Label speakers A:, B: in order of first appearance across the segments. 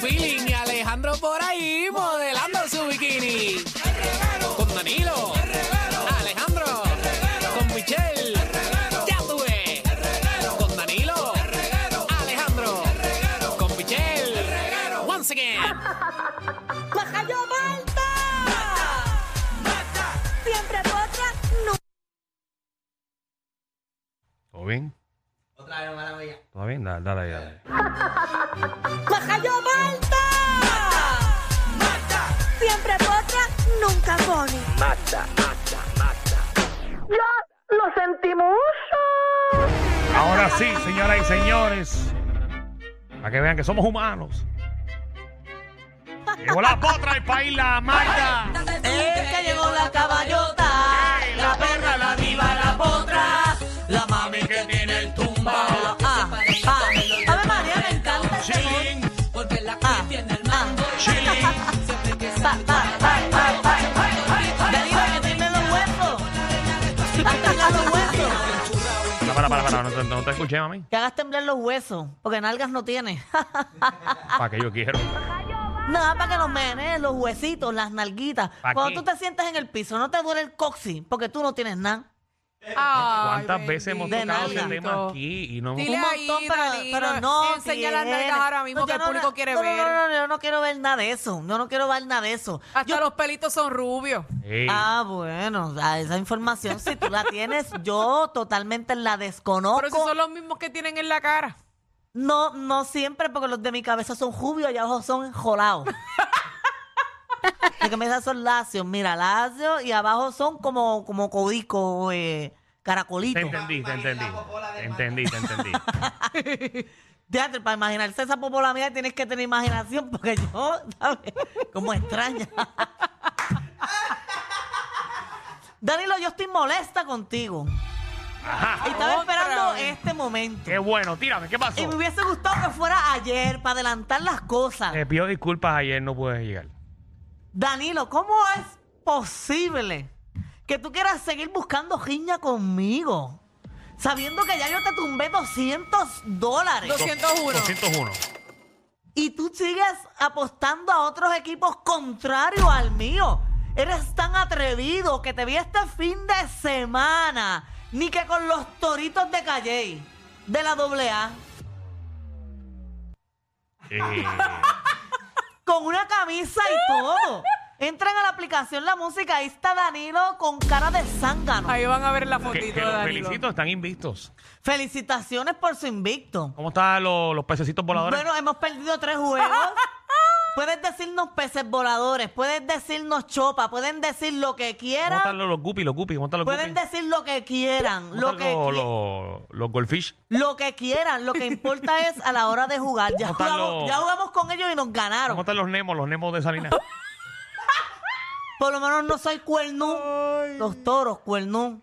A: feeling y Alejandro por ahí modelando su bikini. Con Danilo. Alejandro. Con Michelle. Ya tuve. Con Danilo. Alejandro. Con Michelle. Once again.
B: ¡Majayo Malta! Siempre potra, no.
C: ¿Todo bien?
D: Otra vez, mala mía.
C: ¿Todo bien? Dale, dale, ahí, dale.
B: ¡Majayo Malta! Siempre potra, nunca pone.
C: Ahora sí, señoras y señores. Para que vean que somos humanos. Llegó la potra del país, la Magda.
E: Es que llegó la caballota, la perra, la diva, la potra, la mami que tiene el tumbao. Ah, ah, Ave María, me encanta este
C: Chilling.
E: gol, Porque la que tiene el mando.
C: Chilling.
E: Ah, Pa, pa, pa, pa, pa, pa. Deriva, que tiene los huesos. Haz temblar los huesos.
C: Para, para, para, para, No, te- no te escuché, mami.
E: Que hagas temblar los huesos, porque nalgas no tiene.
C: Para que yo quiero.
E: Nada, para que los menes, los huesitos, las nalguitas.
C: ¿Pa'
E: Cuando
C: qué?
E: tú te sientas en el piso, no te duele el coxi, porque tú no tienes nada.
C: ¿Cuántas veces hemos
E: bendito.
C: tocado ese tema aquí y no hemos...
F: Dile
E: un
F: ahí,
E: montón, pero,
F: Danilo,
E: pero no.
F: enseña las
E: tiene.
F: nalgas ahora mismo que
E: yo
F: el público quiere
E: no,
F: ver.
E: No, no, no, yo no quiero ver nada de eso. Yo no quiero ver nada de eso.
F: Hasta
E: Yo-
F: los pelitos son rubios.
C: Ey,
E: Ah, bueno, ah, esa información, si tú la tienes, yo totalmente la desconozco.
F: Pero si son los mismos que tienen en la cara.
E: No, no siempre, porque los de mi cabeza son rubios y abajo son jolados. mi cabeza son lacios, mira, lacios y abajo son como, como codico, eh,
C: te
E: caracolito.
C: entendí, te entendí. Te entendí, te entendí.
E: Teatro, para imaginarse esa popola mía tienes que tener imaginación, porque yo, ¿sabes? Como extraña. Danilo, yo estoy molesta contigo. Y estaba
F: Otra
E: esperando
F: vez.
E: este momento.
C: Qué bueno, tírame, ¿qué
E: Y me
C: pasó?
E: hubiese gustado que fuera ayer para adelantar las cosas.
C: Te pido disculpas, ayer no pude llegar.
E: Danilo, ¿cómo es posible que tú quieras seguir buscando giña conmigo? Sabiendo que ya yo te tumbé 200 dólares.
F: 201.
C: 201.
E: Y tú sigues apostando a otros equipos contrarios al mío. Eres tan atrevido que te vi este fin de semana. Ni que con los toritos de Calle, de la AA,
C: Eh,
E: con una camisa y todo. Entran a la aplicación La Música, ahí está Danilo con cara de zángano.
F: Ahí van a ver la
C: que,
F: fotito
C: que
F: de
C: los
F: Danilo.
C: felicito, están invictos.
E: Felicitaciones por su invicto.
C: ¿Cómo están los, los pececitos voladores?
E: Bueno, hemos perdido tres juegos. Puedes decirnos peces voladores, puedes decirnos chopa, pueden decir lo que
C: ¿Cómo
E: quieran.
C: están los, los guppies, los guppies? ¿Cómo están los
E: Pueden
C: guppies?
E: decir lo que quieran,
C: ¿Cómo
E: lo que,
C: están los,
E: qui-
C: los, los goldfish?
E: lo que quieran, lo que importa es a la hora de jugar. Ya
C: ¿Cómo están
E: jugamos,
C: los-
E: ya jugamos con ellos y nos ganaron.
C: ¿Cómo están los nemos, los nemos de Salinas?
E: Por lo menos no soy cuernú. Los toros, cuernú.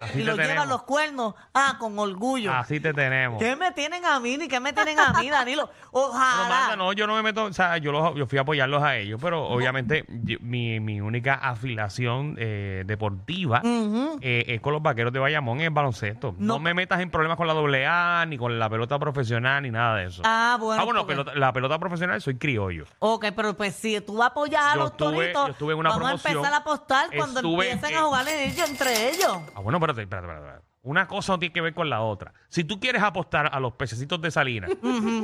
C: Así
E: Y
C: te
E: los
C: tenemos.
E: llevan los cuernos, ah, con orgullo.
C: Así te tenemos.
E: ¿Qué me tienen a mí ni qué me tienen a mí, Danilo?
C: Pero, Magda,
E: Ojalá.
C: no, yo no me meto, o sea, yo, los, yo fui a apoyarlos a ellos, pero obviamente yo- mi, mi única afiliación eh, deportiva
E: Ujú.
C: eh, es con los vaqueros de Bayamón en el baloncesto. No.
E: Mm. No.
C: me metas en problemas con la AA, ni con la pelota profesional, ni nada de eso.
E: Ah, bueno.
C: ah, bueno,
E: porque-
C: pelota- la pelota profesional soy criollo.
E: Ok, pero pues si tú apoyas a
C: Yo
E: los
C: estuve-
E: toritos,
C: yo estuve en una
E: vamos
C: promoción.
E: a empezar a apostar cuando
C: Estuve,
E: empiecen
C: eh,
E: a jugar ellos, entre ellos.
C: Ah, bueno, espérate, espérate, espérate, espérate. Una cosa no tiene que ver con la otra. Si tú quieres apostar a los pececitos de Salinas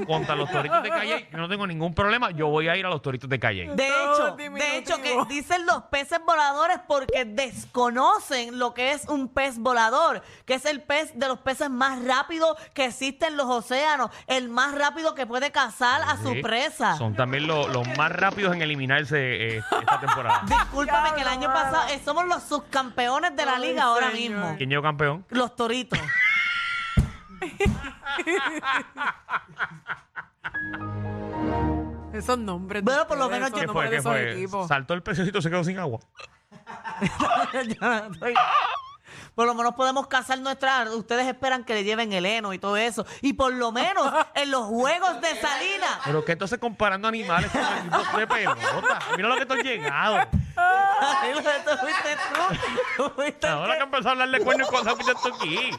C: contra los toritos de Calle, yo no tengo ningún problema, yo voy a ir a los toritos de Calle.
E: De
F: Todo
E: hecho, de
F: diminutivo.
E: hecho, que dicen los peces voladores porque desconocen lo que es un pez volador, que es el pez de los peces más rápido que existe en los océanos, el más rápido que puede cazar a su
C: Sí.
E: presa.
C: Son también lo- los más rápidos en eliminarse eh, esta temporada.
E: Discúlpame que el año pasado eh, somos los subcampeones de la
F: Ay,
E: liga ahora
F: señor.
E: mismo.
C: ¿Quién llegó campeón?
E: Los toritos.
F: Esos nombres. de
E: Bueno, por lo
F: ustedes,
E: menos
F: esos
C: ¿Qué
E: yo-
C: fue?
F: nombres de
C: ¿Qué
F: esos
C: fue?
F: equipos.
C: Saltó el pececito, se quedó sin agua.
E: Yo no estoy- Por lo menos podemos cazar nuestras. Ustedes esperan que le lleven el heno y todo eso. Y por lo menos en los juegos de Salinas.
C: Pero que entonces comparando animales con equipos de pelota. Mira lo que estoy llegado.
E: Eso fuiste tú. Fuiste el
C: Ahora
E: que-
C: que empezó a hablarle cuerno y cosas que esto aquí.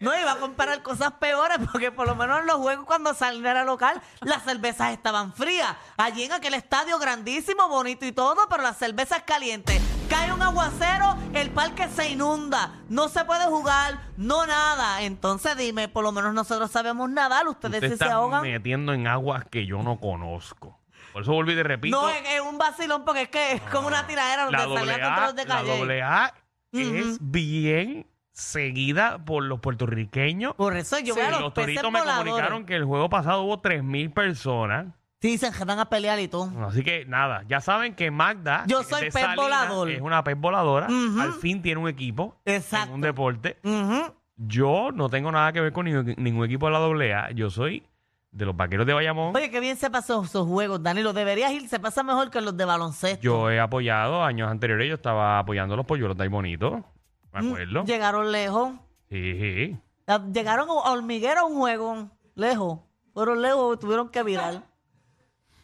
E: No, iba a comparar cosas peores porque por lo menos en los juegos cuando salí era local las cervezas estaban frías. Allí en aquel estadio grandísimo, bonito y todo, pero las cervezas calientes. Cae un aguacero, el parque se inunda, no se puede jugar, no nada. Entonces dime, por lo menos nosotros sabemos nadar, ustedes
C: Usted
E: sí se
C: está
E: ahogan.
C: metiendo en aguas que yo no conozco. Por eso volví y te repito.
E: No, es, es un vacilón porque es que es como una tiradera
C: la
E: donde salía
C: doble
E: contra
C: A,
E: los de
C: la
E: calle.
C: doble A
E: Ujú.
C: es bien seguida por los puertorriqueños.
E: Por eso yo
F: Sí,
E: veo a
C: Y
E: los,
C: los
E: peces
C: toritos me comunicaron
E: voladores.
C: que el juego pasado hubo 3.000 personas.
E: Sí, se van a pelear y todo.
C: Así que nada, ya saben que Magda
E: Yo
C: que es
E: soy
C: de
E: pez
C: Salinas,
E: volador.
C: es una pez voladora.
E: Ujú.
C: Al fin tiene un equipo en
E: Exacto.
C: un deporte.
E: Ujú.
C: Yo no tengo nada que ver con ningún, ningún equipo de la doble A. Yo soy de los vaqueros de Bayamón.
E: Oye, qué bien se pasó esos juegos, Danilo. Deberías ir, se pasa mejor que los de baloncesto.
C: Yo he apoyado años anteriores, yo estaba apoyando a los polluelos de ahí bonito. Me
E: Mm,
C: acuerdo.
E: Llegaron lejos.
C: Sí, sí.
E: La- Llegaron a hormiguero a un juego. Lejos. Fueron lejos, tuvieron que virar.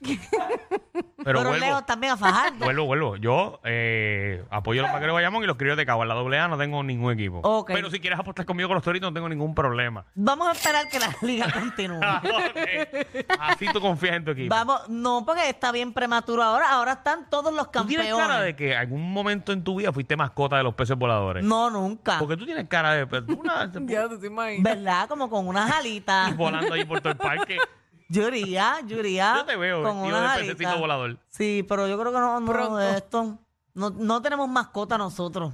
C: Pero
E: Fueron
C: vuelvo,
E: lejos también a Fajardo.
C: vuelvo, vuelvo. Yo eh, apoyo a los vaqueros de Bayamón y los críos de Cabo. En la doble A no tengo ningún equipo.
E: Ok.
C: Pero si quieres apostar conmigo con los toritos, no tengo ningún problema.
E: Vamos a esperar que la liga continúe.
C: Ah, Ok. Así tú confías en tu equipo.
E: Vamos, no, porque está bien prematuro ahora. Ahora están todos los
C: Tú tienes cara de
E: campeones.
C: que algún momento en tu vida fuiste mascota de los peces voladores.
E: No, nunca.
C: Porque tú tienes cara de... pero tú una-
F: Ya tú te imaginas.
E: ¿Verdad? Como con unas alitas.
C: volando ahí por todo el parque.
E: Yo iría, yo iría.
C: Yo te veo
E: con
C: vestido
E: unas
C: de pececito
E: alitas.
C: volador.
E: Sí, pero yo creo que no, no,
F: Pronto.
E: esto. No, no tenemos mascota nosotros.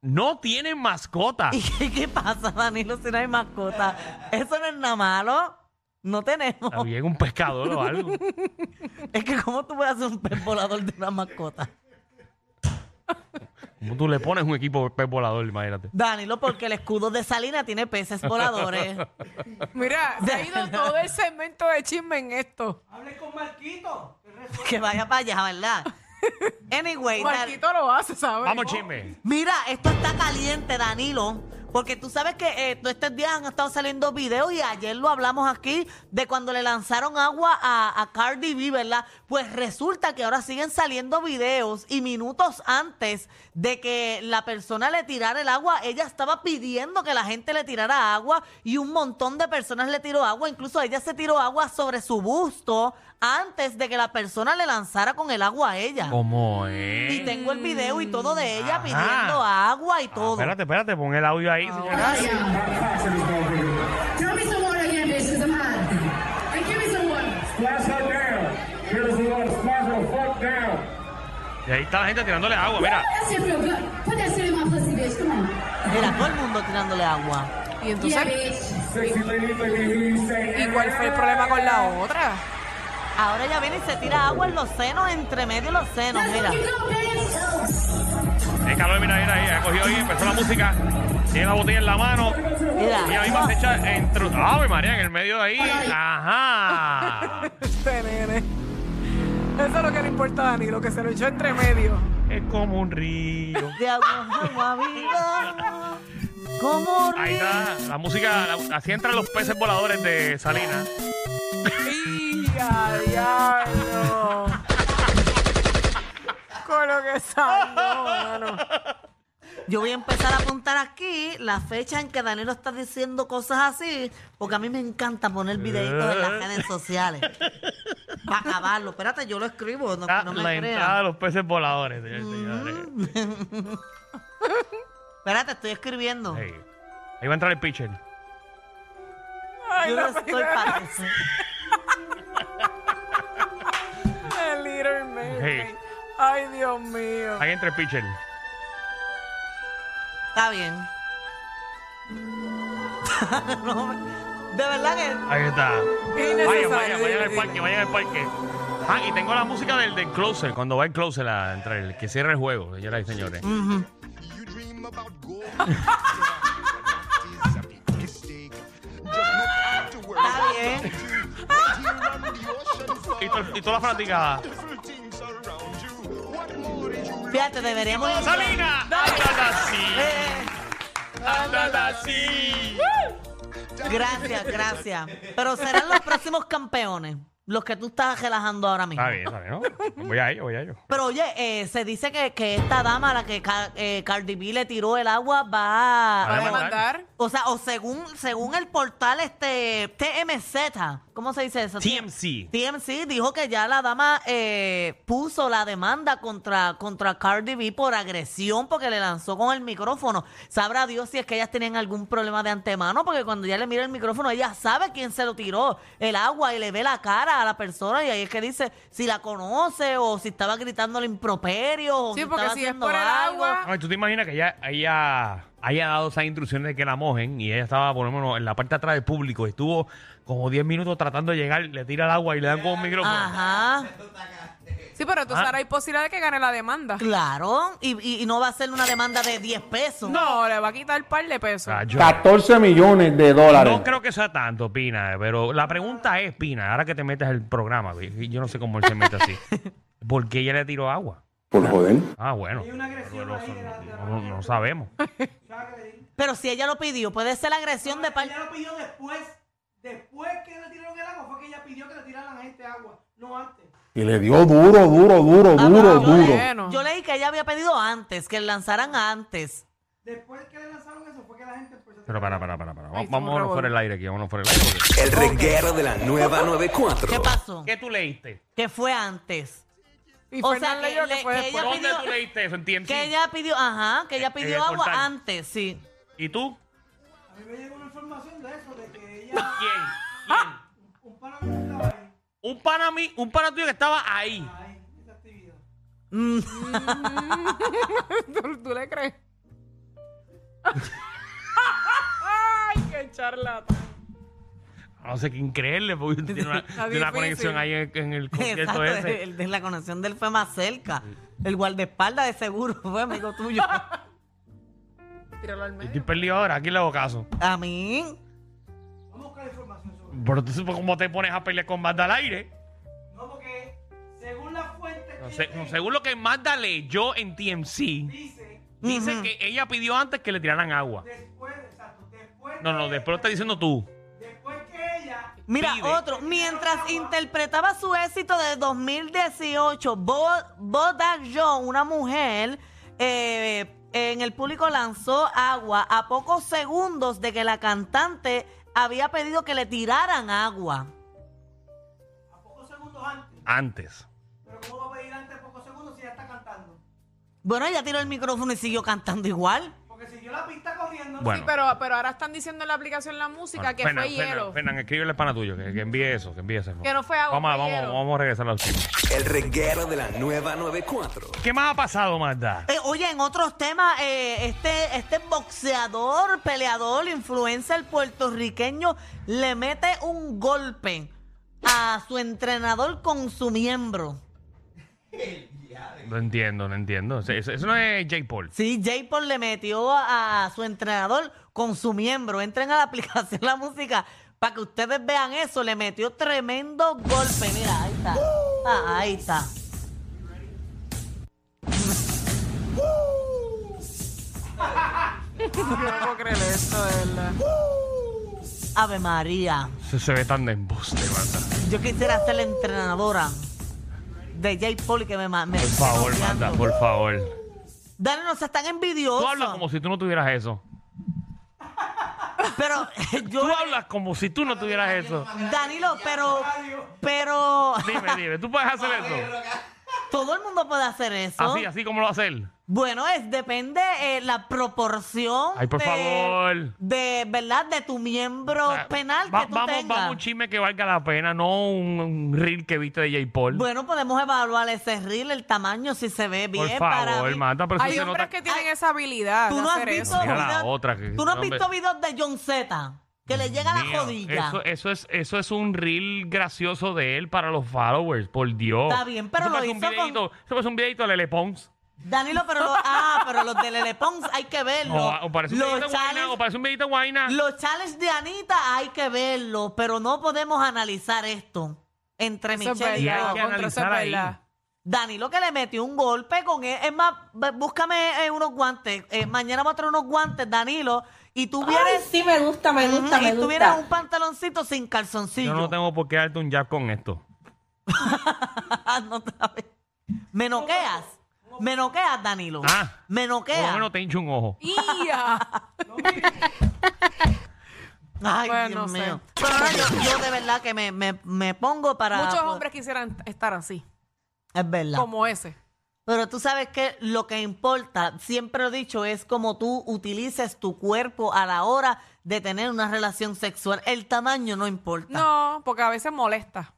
C: No tienen mascota.
E: ¿Y qué, qué pasa, Danilo, si no hay mascota? Eso no es nada malo. No tenemos.
C: Está bien, un pescador o algo.
E: Es que, ¿cómo tú puedes hacer un pez volador de una mascota?
C: ¿Cómo tú le pones un equipo de pez volador? Imagínate.
E: Danilo, porque el escudo de Salina tiene peces voladores.
F: Mira, se ha ido todo el segmento de chisme en esto.
D: Hable con Marquito.
E: que vaya para allá, ¿verdad? Anyway, Dan-
F: Marquito lo hace, ¿sabes?
C: Vamos, chisme.
E: mira, esto está caliente, Danilo. Porque tú sabes que eh, todos estos días han estado saliendo videos y ayer lo hablamos aquí de cuando le lanzaron agua a, a Cardi B, ¿verdad? Pues resulta que ahora siguen saliendo videos y minutos antes de que la persona le tirara el agua, ella estaba pidiendo que la gente le tirara agua y un montón de personas le tiró agua, incluso ella se tiró agua sobre su busto antes de que la persona le lanzara con el agua a ella.
C: ¿Cómo es?
E: Y tengo el video y todo de ella
C: Eh, Ajá.
E: pidiendo agua y
C: Ah,
E: todo.
C: espérate, espérate, pon el audio ahí. señora.
G: Throw me some water here, bitch, because I'm hot. And give me some water.
H: Splash her down. Give us a little splash her fuck down.
C: Y ahí está la gente tirándole agua, mira.
G: That shit feel good. Put that shit in my pussy, bitch. Come on.
E: Mira, todo el mundo tirándole agua.
F: Y
G: Yeah,
F: entonces,
G: bitch.
H: Sexy ladies, let me hear you say.
F: ¿y cuál fue el problema con la otra?
E: Ahora ella viene y se tira agua en los senos, entre medio de los senos,
G: Let's
E: mira.
G: fucking go, bitch.
C: El calor, mira, mira, ahí. ahí Cogió ahí, empezó la música. Tiene la botella en la mano. Y
E: Mira.
C: ahí va a echar entre... Ah, ¡Ave María! En el medio de ahí. ¡Ajá!
F: Este nene. Eso es lo que le importa a Danilo, que se lo echó entre medio.
C: Es como un río.
E: De agua, agua viva. Como
C: Ahí está la música. la- así entran los peces voladores de Salinas.
F: ¡Y a diablo! Con lo que salió, mano.
E: Yo voy a empezar a apuntar aquí la fecha en que Danilo está diciendo cosas así, porque a mí me encanta poner videitos en las redes sociales. Para acabarlo. Espérate, yo lo escribo, no,
C: Está
E: no
C: Ah, la
E: me Mm.
C: entrada de
E: crean.
C: los peces voladores, señores y señores.
E: Espérate, estoy escribiendo.
C: Ahí. Ahí va a entrar el pitcher.
F: Ay,
E: Yo
F: la
E: no estoy
F: primera-
E: para eso.
F: El Little Mermaid.
C: Hey.
F: Ay, Dios mío.
C: Ahí entra el pitcher.
E: Está bien. No, de verdad que
C: Ahí está. Vayan, vayan,
F: Innecesario,
C: vayan al
F: dile,
C: parque,
F: dile.
C: vayan al parque. Ah, y tengo la música del, del closer, cuando va el closer a entrar, el que cierra el juego, señoras y señores.
I: You dream about gold. That is a big mistake. Just look afterwards.
E: está bien.
I: What you run the ocean for.
C: Y, to- y toda la fanática.
I: Wonderful things around you. What more did you
E: Fíjate, deberíamos ir.
C: ¡Salina! ¡Andad así!
E: Eh,
C: ¡Andad así!
E: gracias, gracias. Pero serán los próximos campeones. los que tú estás relajando ahora mismo.
C: Está bien, está bien, ¿no? Voy a ello, voy a ello.
E: Pero oye, eh, se dice que, que esta dama a la que Ca- eh, Cardi B le tiró el agua va
C: Va a
E: a-
C: demandar.
E: O sea, o según, según el portal este TMZ, ¿cómo se dice eso?
C: TMC.
E: TMC dijo que ya la dama eh, puso la demanda contra, contra Cardi B por agresión porque le lanzó con el micrófono. Sabrá Dios si es que ellas tenían algún problema de antemano, porque cuando ella le mira el micrófono, ella sabe quién se lo tiró, el agua, y le ve la cara a la persona, y ahí es que dice si la conoce o si estaba gritándole improperio. O
F: Sí,
E: si
F: porque
E: estaba
F: si es
E: haciendo
F: por el
E: algo.
F: agua,
C: Ay, ¿Tú te imaginas que ella, ella haya dado esas instrucciones de que la mojen y ella estaba, por lo menos, en la parte de atrás del público y estuvo como 10 minutos tratando de llegar, le tira el agua y le dan con un micrófono?
E: Ah. Ajá.
F: Sí, pero entonces
C: Ah.
F: ahora hay posibilidad de que gane la demanda.
E: Claro, y, y- y no va a ser una demanda de 10 pesos.
F: No, le va a quitar un par de pesos.
C: Ah, yo-
J: 14 millones de dólares.
C: No creo que sea tanto, Pina, pero la pregunta es, Pina, ahora que te metes el programa, güey, yo no sé cómo él se mete así. ¿Por qué ella le tiró agua?
J: Por joder.
C: Ah, bueno. No- no, no sabemos.
E: Pero si ella lo pidió, puede ser la agresión de parte.
D: Ella lo pidió después. Después que le tiraron el agua, fue que ella pidió que le tiraran la gente agua, no antes.
J: Y le dio duro, duro, duro,
E: Ah,
J: duro,
E: pero yo
J: duro.
E: le- Yo leí que ella había pedido antes, que lanzaran antes.
D: Después que le lanzaron eso, fue que la gente empezó a
C: Pero para, para, para, para.
F: Ay, somos
C: Vamos
F: revolú.
C: fuera el aire aquí, vámonos fuera el aire. porque-
A: El reguero de la nueva
E: ¿Qué
A: 94.
E: pasó?
C: ¿Qué tú leíste?
E: Que fue antes.
F: Y
E: O
F: Fernan
E: sea, que
F: leyó que
E: le-
F: fue
E: que
F: después.
E: ella
C: ¿Dónde
E: pidió-
C: tú leíste eso? ¿Entiendes?
E: Que ella pidió, ajá, que ella pidió
C: el
E: agua
C: portal.
E: antes, sí.
C: ¿Y tú?
D: A mí me llegó una información de eso, de que ella,
C: ¿Quién? ¿Quién?
D: un pana mío estaba ahí,
C: Un pana, mí- un pana tuyo que estaba ahí.
D: ahí, en esa actividad.
E: Mm.
F: ¿Tú, tú le crees? Ay, qué charlata.
C: No sé quién creerle, porque tiene una,
F: Está
C: tiene una
F: difícil.
C: conexión ahí en, en el concierto
E: Exacto,
C: ese.
E: el de la conexión del fue más cerca. El guardaespaldas de seguro fue amigo tuyo.
F: Tíralo al medio.
C: Estoy perdido ahora, aquí le hago caso.
E: A mí.
D: Vamos a buscar información sobre
C: Pero tú supo cómo te pones a pelear con Magda al aire.
D: eso. No, porque según la fuente que
C: No
D: yo
C: sé,
D: tengo,
C: según lo que Magda leyó en TMC,
D: dice,
C: dice
E: Ujú.
C: que ella pidió antes que le tiraran agua.
D: después, exacto, después,
C: No, no,
D: que-
C: después lo estás diciendo tú.
D: después que ella,
E: Mira,
C: Pide.
E: otro. Mientras interpretaba su éxito de 2018, Bo, Bo Dak Young, una mujer, eh, en el público lanzó agua a pocos segundos de que la cantante había pedido que le tiraran agua.
D: a pocos segundos antes,
C: Antes.
D: pero ¿cómo va a pedir antes pocos segundos si ella está cantando?
E: Bueno, ella tiró el micrófono y siguió cantando igual.
D: Porque siguió la pista corriendo,
C: Bueno.
F: Sí, pero, pero ahora están diciendo en la aplicación la música
C: Bueno,
F: que
C: Fernan,
F: fue
C: Fernan,
F: hielo.
C: Fernan, escríbele al pana tuyo, que, que envíe eso, que envíe eso.
F: Que no fue agua,
C: Vamos, a-
F: fue
C: vamos,
F: hielo.
C: vamos a regresar al tema.
A: El reguero de la nueva 94.
C: ¿Qué más ha pasado, Magda?
E: Eh, oye, en otros temas, eh, este, este boxeador, peleador, influencer puertorriqueño le mete un golpe a su entrenador con su miembro.
C: No entiendo, no entiendo. Eso, eso- eso no es Jake Paul.
E: Sí, Jay Paul le metió a, a su entrenador con su miembro. Entren a la aplicación La Música para que ustedes vean eso. Le metió tremendo golpe. Mira, ahí está. Ah, ahí está.
F: Yo no puedo creer esto, de verdad.
E: Ave María.
C: Eso se ve tan de embuste, Magda.
E: Yo quisiera ser la entrenadora de Jay Paul y que me ma- me
C: Por
E: esté
C: favor,
E: noqueando.
C: Magda, por favor.
E: Dale, no se están envidiosos.
C: Tú hablas como si tú no tuvieras eso.
E: Pero yo.
C: Tú hablas como si tú no tuvieras eso.
E: Danilo, pero. Pero.
C: Dime, dime, ¿tú puedes hacer eso?
E: Todo el mundo puede hacer eso.
C: Así, así como lo va a hacer.
E: Bueno, es depende eh, la proporción.
C: Ay, por
E: de,
C: favor. Ah,
E: De, ¿verdad? De tu miembro penal
C: Va-
E: que tú
C: vamos,
E: tengas.
C: vamos a un chisme que valga la pena, no un, un reel que viste de J. Paul.
E: bueno, podemos evaluar ese reel, el tamaño, si se ve bien
C: por
E: para.
C: favor,
E: mí.
C: Magda, pero eso
F: Hay
C: se
F: hombres
C: nota.
F: que tienen esa habilidad
E: Tú
F: de
E: no has
F: hacer
E: visto.
F: eso.
C: Mira la
E: videos-
C: otra que-
E: Tú no has
C: hombre.
E: visto videos de John Z que le llega a la
C: Mío,
E: jodilla.
C: Eso, eso es, eso es un reel gracioso de él para los followers, por Dios.
E: Está bien, pero
C: Eso
E: lo
C: parece un
E: hizo con-
C: videíto- Eso parece un videito de Lele Pons.
E: Danilo, pero los, ah, pero los de Lele Pons hay que verlos.
C: O, o ah, parece un
E: los,
C: videito de Guayna, o
E: challenge,
C: parece un videito de Guayna.
E: los challenge de Anita hay que verlos, pero no podemos analizar esto entre
F: Eso es
E: Michelle y
C: verdad.
E: yo.
C: que
F: contra eso es
C: analizar ahí.
F: verdad.
E: Danilo que le metió un golpe con él. Es más, b- búscame eh, unos guantes. Eh, mañana voy a traer unos guantes, Danilo. Y tú vienes.
B: sí, me gusta, me
E: Ujú, y tú vienes un pantaloncito sin
C: Yo
E: calzoncillo.
C: no tengo por qué darte un jab con esto.
E: Ah, no otra vez. Me noqueas. Me noqueas, Danilo.
C: Ah.
E: me
C: Por lo
E: noqueas.
C: menos te hincho un ojo.
F: ¡Ia!
E: Ay,
F: Pues,
E: Dios
F: no sé.
E: mío. Pero no, yo, yo de verdad que me, me- me pongo para.
F: Muchos hombres quisieran estar así,
E: Es verdad.
F: como ese.
E: Pero tú sabes que lo que importa, siempre he dicho, es como tú utilices tu cuerpo a la hora de tener una relación sexual. El tamaño no importa.
F: No, porque a veces molesta.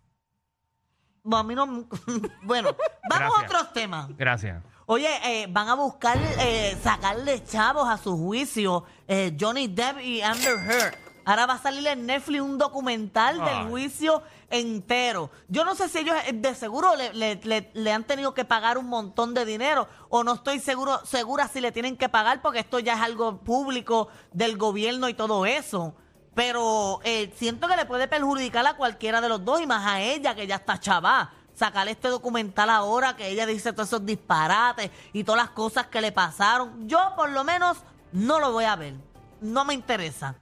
E: Bueno, a mí no- bueno, vamos a
C: Gracias.
E: otros temas.
C: Gracias.
E: Oye, eh, van a buscar eh, sacarle chavos a su juicio eh, Johnny Depp y Amber Heard. Ahora va a salir en Netflix un documental del
C: Ay.
E: juicio entero. Yo no sé si ellos eh, de seguro le, le- le- le han tenido que pagar un montón de dinero o no estoy seguro segura si le tienen que pagar porque esto ya es algo público del gobierno y todo eso. Pero eh, siento que le puede perjudicar a cualquiera de los dos y más a ella que ya está chavá sacar este documental ahora que ella dice todos esos disparates y todas las cosas que le pasaron. Yo por lo menos no lo voy a ver. No me interesa.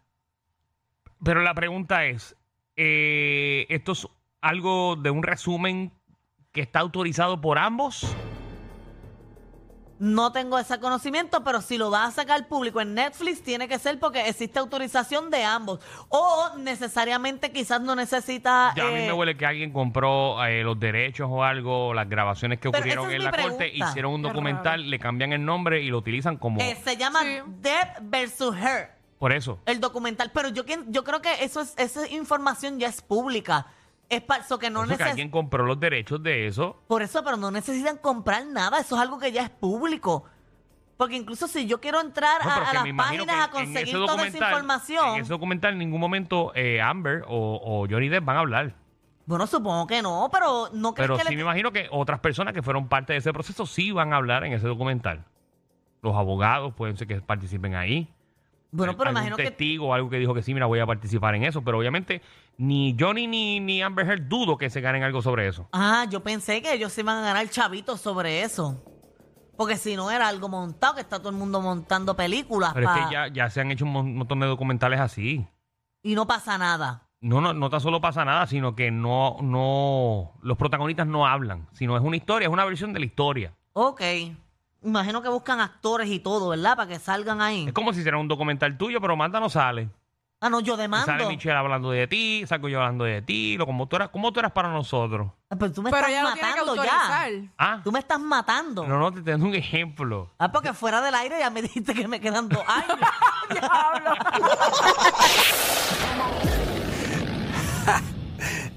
C: Pero la pregunta es, eh, ¿esto es algo de un resumen que está autorizado por ambos?
E: No tengo ese conocimiento, pero si lo va a sacar público en Netflix, tiene que ser porque existe autorización de ambos. O necesariamente quizás no necesita...
C: Ya a mí
E: eh,
C: me huele que alguien compró eh, los derechos o algo, las grabaciones que
E: Pero
C: ocurrieron
E: esa es
C: en
E: mi
C: la corte,
E: pregunta.
C: hicieron un
F: Qué
C: documental, le cambian el nombre y lo utilizan como...
E: eh, se llama
F: Sí.
E: Depp versus Her.
C: Por eso.
E: el documental, pero yo quien- yo creo que eso es esa información ya es pública. Es para eso que no
C: Por eso que
E: neces-
C: alguien compró los derechos de eso.
E: Por eso, pero no necesitan comprar nada, eso es algo que ya es público. Porque incluso si yo quiero entrar
C: No,
E: a,
C: pero
E: a
C: que
E: las
C: me imagino
E: páginas a
C: que en- en ese
E: conseguir toda esa
C: documental-
E: información,
C: En ese documental en ningún momento eh, Amber o, o Johnny Depp van a hablar.
E: bueno, supongo que no, pero no crees
C: Pero
E: que
C: sí
E: le-
C: me imagino que otras personas que fueron parte de ese proceso sí van a hablar en ese documental. Los abogados pueden ser que participen ahí.
E: Bueno, pero
C: algún
E: imagino que
C: testigo o algo que dijo que sí, mira, voy a participar en eso. Pero obviamente ni Johnny ni, ni Amber Heard dudo que se ganen algo sobre eso.
E: Ah, yo pensé que ellos se iban a ganar chavitos sobre eso. Porque si no era algo montado, que está todo el mundo montando películas
C: Pero es
E: pa-
C: que ya, ya se han hecho un mon- montón de documentales así.
E: y no pasa nada.
C: No, no, no tan solo pasa nada, sino que no, no, los protagonistas no hablan, sino es una historia, es una versión de la historia.
E: Ok. Imagino que buscan actores y todo, ¿verdad? Para que salgan ahí.
C: Es como si hiciera un documental tuyo, pero Manda no sale.
E: Ah, no, yo
C: Y Sale
E: demando.
C: Michelle hablando de ti, saco yo hablando de ti, lo como tú eras, como tú eras para nosotros.
E: Ah, Pero tú me
F: Pero
E: estás
F: ella lo tiene que
E: matando
F: autorizar.
E: ya.
C: Ah,
E: Tú me estás matando.
C: no, no, te tengo un ejemplo.
E: Ah, porque fuera del aire ya me dijiste que me quedan dos años.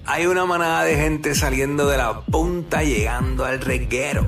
A: Hay una manada de gente saliendo de la punta llegando al reguero.